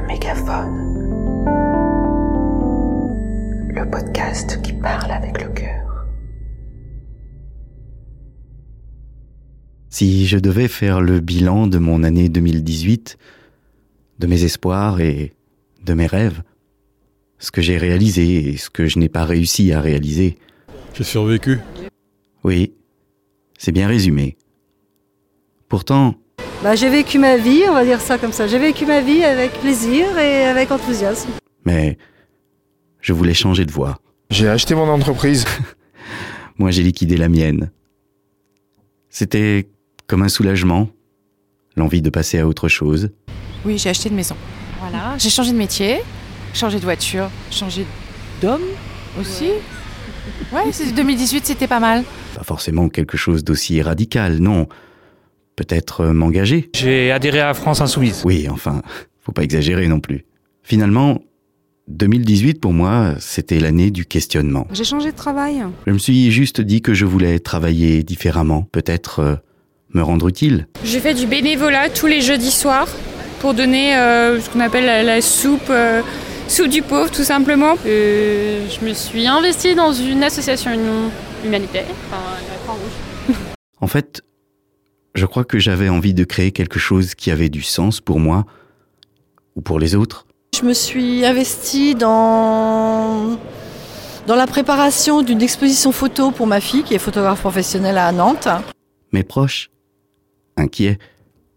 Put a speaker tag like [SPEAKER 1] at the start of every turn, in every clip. [SPEAKER 1] mégaphone. Le podcast qui parle avec le cœur.
[SPEAKER 2] Si je devais faire le bilan de mon année 2018, de mes espoirs et de mes rêves, ce que j'ai réalisé et ce que je n'ai pas réussi à réaliser,
[SPEAKER 3] J'ai survécu.
[SPEAKER 2] oui, c'est bien résumé. Pourtant,
[SPEAKER 4] Bah, j'ai vécu ma vie, on va dire ça comme ça. J'ai vécu ma vie avec plaisir et avec enthousiasme.
[SPEAKER 2] mais je voulais changer de voie.
[SPEAKER 5] J'ai acheté mon entreprise.
[SPEAKER 2] Moi, j'ai liquidé la mienne. C'était comme un soulagement, l'envie de passer à autre chose.
[SPEAKER 6] Oui, j'ai acheté une maison. Voilà, j'ai changé de métier, changé de voiture, changé d'homme aussi. Ouais, c'est- 2018, c'était pas mal.
[SPEAKER 2] Pas forcément quelque chose d'aussi radical, non. Peut-être euh, m'engager.
[SPEAKER 7] J'ai adhéré à France Insoumise.
[SPEAKER 2] Oui, enfin, faut pas exagérer non plus. Finalement, 2018 pour moi, c'était l'année du questionnement.
[SPEAKER 4] J'ai changé de travail.
[SPEAKER 2] Je me suis juste dit que je voulais travailler différemment, peut-être euh, me rendre utile.
[SPEAKER 8] Je fais du bénévolat tous les jeudis soirs pour donner euh, ce qu'on appelle la, la soupe, euh, soupe du pauvre tout simplement.
[SPEAKER 9] Euh, je me suis investie dans une association humanitaire, enfin, la Croix-Rouge.
[SPEAKER 2] En fait, je crois que j'avais envie de créer quelque chose qui avait du sens pour moi ou pour les autres.
[SPEAKER 10] Je me suis investie dans, dans la préparation d'une exposition photo pour ma fille, qui est photographe professionnelle à Nantes.
[SPEAKER 2] Mes proches, inquiets,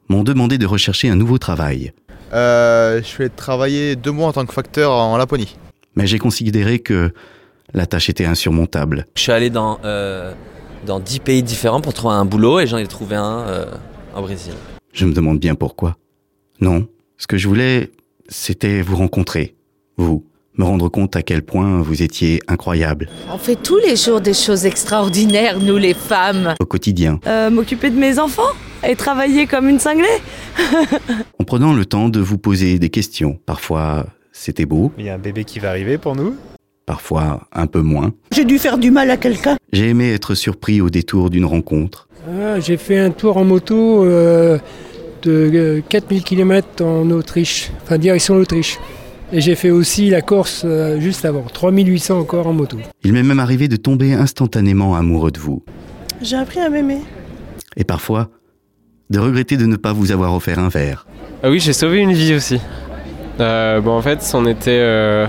[SPEAKER 2] m'ont demandé de rechercher un nouveau travail.
[SPEAKER 11] Euh, je vais travailler deux mois en tant que facteur en Laponie.
[SPEAKER 2] Mais j'ai considéré que la tâche était insurmontable.
[SPEAKER 7] Je suis allé dans, euh, dans 10 pays différents pour trouver un boulot et j'en ai trouvé un euh, au Brésil.
[SPEAKER 2] Je me demande bien pourquoi. Non, ce que je voulais, c'était vous rencontrer, vous, me rendre compte à quel point vous étiez incroyable
[SPEAKER 6] On fait tous les jours des choses extraordinaires, nous les femmes.
[SPEAKER 2] au quotidien,
[SPEAKER 8] Euh,
[SPEAKER 4] m'occuper de mes enfants et travailler comme une cinglée.
[SPEAKER 2] en prenant le temps de vous poser des questions. Parfois, c'était beau,
[SPEAKER 11] Il y a un bébé qui va arriver pour nous.
[SPEAKER 2] parfois un peu moins.
[SPEAKER 10] J'ai dû faire du mal à quelqu'un.
[SPEAKER 2] J'ai aimé être surpris au détour d'une rencontre.
[SPEAKER 3] Ah, j'ai fait un tour en moto euh, de euh, 4000 km en Autriche, enfin direction l'Autriche. Et j'ai fait aussi la Corse euh, juste avant, 3800 encore en moto.
[SPEAKER 2] Il m'est même arrivé de tomber instantanément amoureux de vous,
[SPEAKER 10] J'ai appris à m'aimer.
[SPEAKER 2] et parfois, de regretter de ne pas vous avoir offert un verre.
[SPEAKER 9] Ah oui, j'ai sauvé une vie aussi. Euh, bon, en fait, on était euh,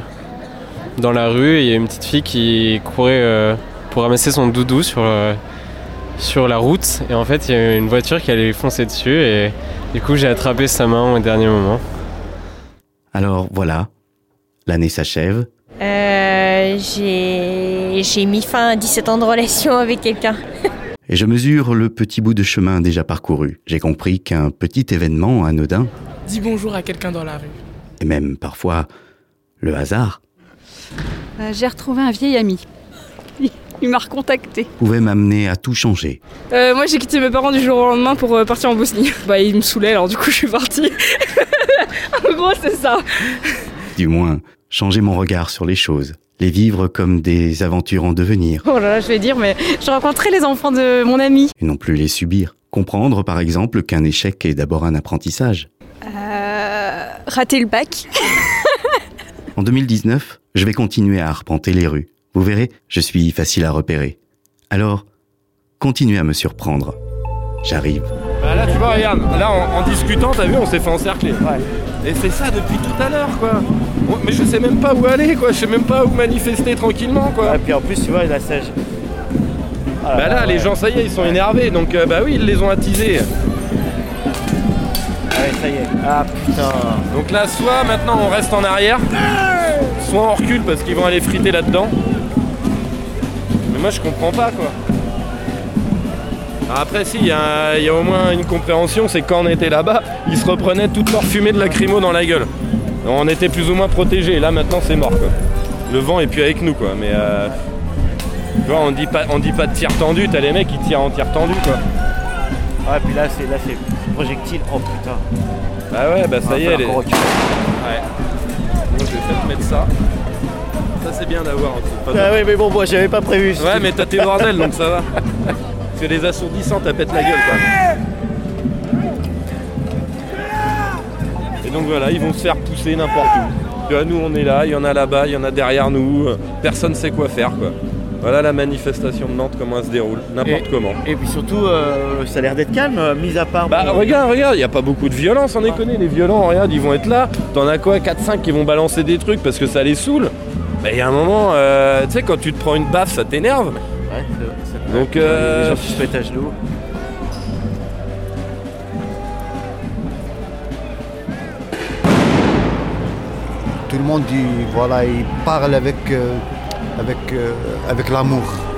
[SPEAKER 9] dans la rue et il y a une petite fille qui courait euh, pour ramasser son doudou sur, euh, sur la route. Et en fait, il y a eu une voiture qui allait lui foncer dessus et du coup, j'ai attrapé sa main au dernier moment.
[SPEAKER 2] Alors voilà, l'année s'achève,
[SPEAKER 8] Euh, J'ai mis fin à 17 ans de relation avec quelqu'un.
[SPEAKER 2] et je mesure le petit bout de chemin déjà parcouru. J'ai compris qu'un petit événement anodin
[SPEAKER 6] Dis bonjour à quelqu'un dans la rue.
[SPEAKER 2] et même parfois le hasard,
[SPEAKER 6] j'ai retrouvé un vieil ami.
[SPEAKER 9] Il m'a recontacté.
[SPEAKER 2] pouvait m'amener à tout changer.
[SPEAKER 8] Euh, moi j'ai quitté mes parents du jour au lendemain pour euh, partir en Bosnie. Bah ils me saoulaient alors du coup je suis partie. en gros c'est ça.
[SPEAKER 2] Du moins, changer mon regard sur les choses, les vivre comme des aventures en devenir,
[SPEAKER 9] Oh là là, je vais dire, mais j'ai rencontré les enfants de mon ami.
[SPEAKER 2] et non plus les subir. Comprendre, par exemple, qu'un échec est d'abord un apprentissage.
[SPEAKER 8] Euh, rater le bac.
[SPEAKER 2] En 2019, je vais continuer à arpenter les rues. Vous verrez, je suis facile à repérer. Alors, continuez à me surprendre. J'arrive.
[SPEAKER 7] Bah, là, tu vois, regarde, là, en, discutant, t'as vu, on s'est fait encercler. Et c'est ça depuis tout à l'heure, quoi. Mais je sais même pas où aller, quoi. Je sais même pas où manifester tranquillement, quoi.
[SPEAKER 11] Ah, puis en plus, tu vois, il a sèche.
[SPEAKER 7] Bah là, les gens, ça y est, ils sont énervés, donc euh, bah oui, ils les ont attisés.
[SPEAKER 11] ça y est. Ah putain.
[SPEAKER 7] Donc là, soit maintenant on reste en arrière, soit on recule parce qu'ils vont aller friter là-dedans. Mais moi, je comprends pas quoi. Alors Après, si, il y, a- il y a au moins une compréhension, c'est quand on était là-bas, ils se reprenaient toute leur fumée de lacrymo dans la gueule. On était plus ou moins protégés, et là maintenant c'est mort quoi. Le vent est plus avec nous quoi, mais. euh, tu vois, on dit, pas, on dit pas de tir tendu, t'as les mecs qui tirent en tir tendu quoi.
[SPEAKER 11] Ah puis là, c'est là, c'est projectile. Oh putain.
[SPEAKER 7] Bah ouais, bah ça y est, elle est-
[SPEAKER 11] Ah
[SPEAKER 7] Bon, je vais peut-être mettre ça. Ça c'est bien d'avoir un truc pas mal.
[SPEAKER 11] oui, mais bon, moi, j'avais pas prévu.
[SPEAKER 7] Ouais, mais t'as tes bordels donc ça va. Parce que les assourdissants, t'as pète la gueule quoi. Et donc voilà, ils vont se faire pousser n'importe où. Tu vois, nous on est là, il y en a là-bas, il y en a derrière nous, euh, personne sait quoi faire quoi. Voilà la manifestation de Nantes, comment elle se déroule, n'importe comment.
[SPEAKER 12] Et puis surtout, euh, ça a l'air d'être calme, euh, mis à part.
[SPEAKER 7] Bah regarde, regarde, il n'y a pas beaucoup de violence, on est connaît, les violents, regarde, ils vont être là. T'en as quoi 4-5 qui vont balancer des trucs parce que ça les saoule Bah il y a un moment, euh, tu sais, quand tu te prends une baffe, ça t'énerve.
[SPEAKER 12] Ouais, c'est- c'est-
[SPEAKER 7] Donc,
[SPEAKER 12] les-
[SPEAKER 7] euh,
[SPEAKER 12] Les gens qui se mettent à genoux.
[SPEAKER 13] Tout le monde dit, voilà, il parle avec, euh, avec, euh, avec l'amour.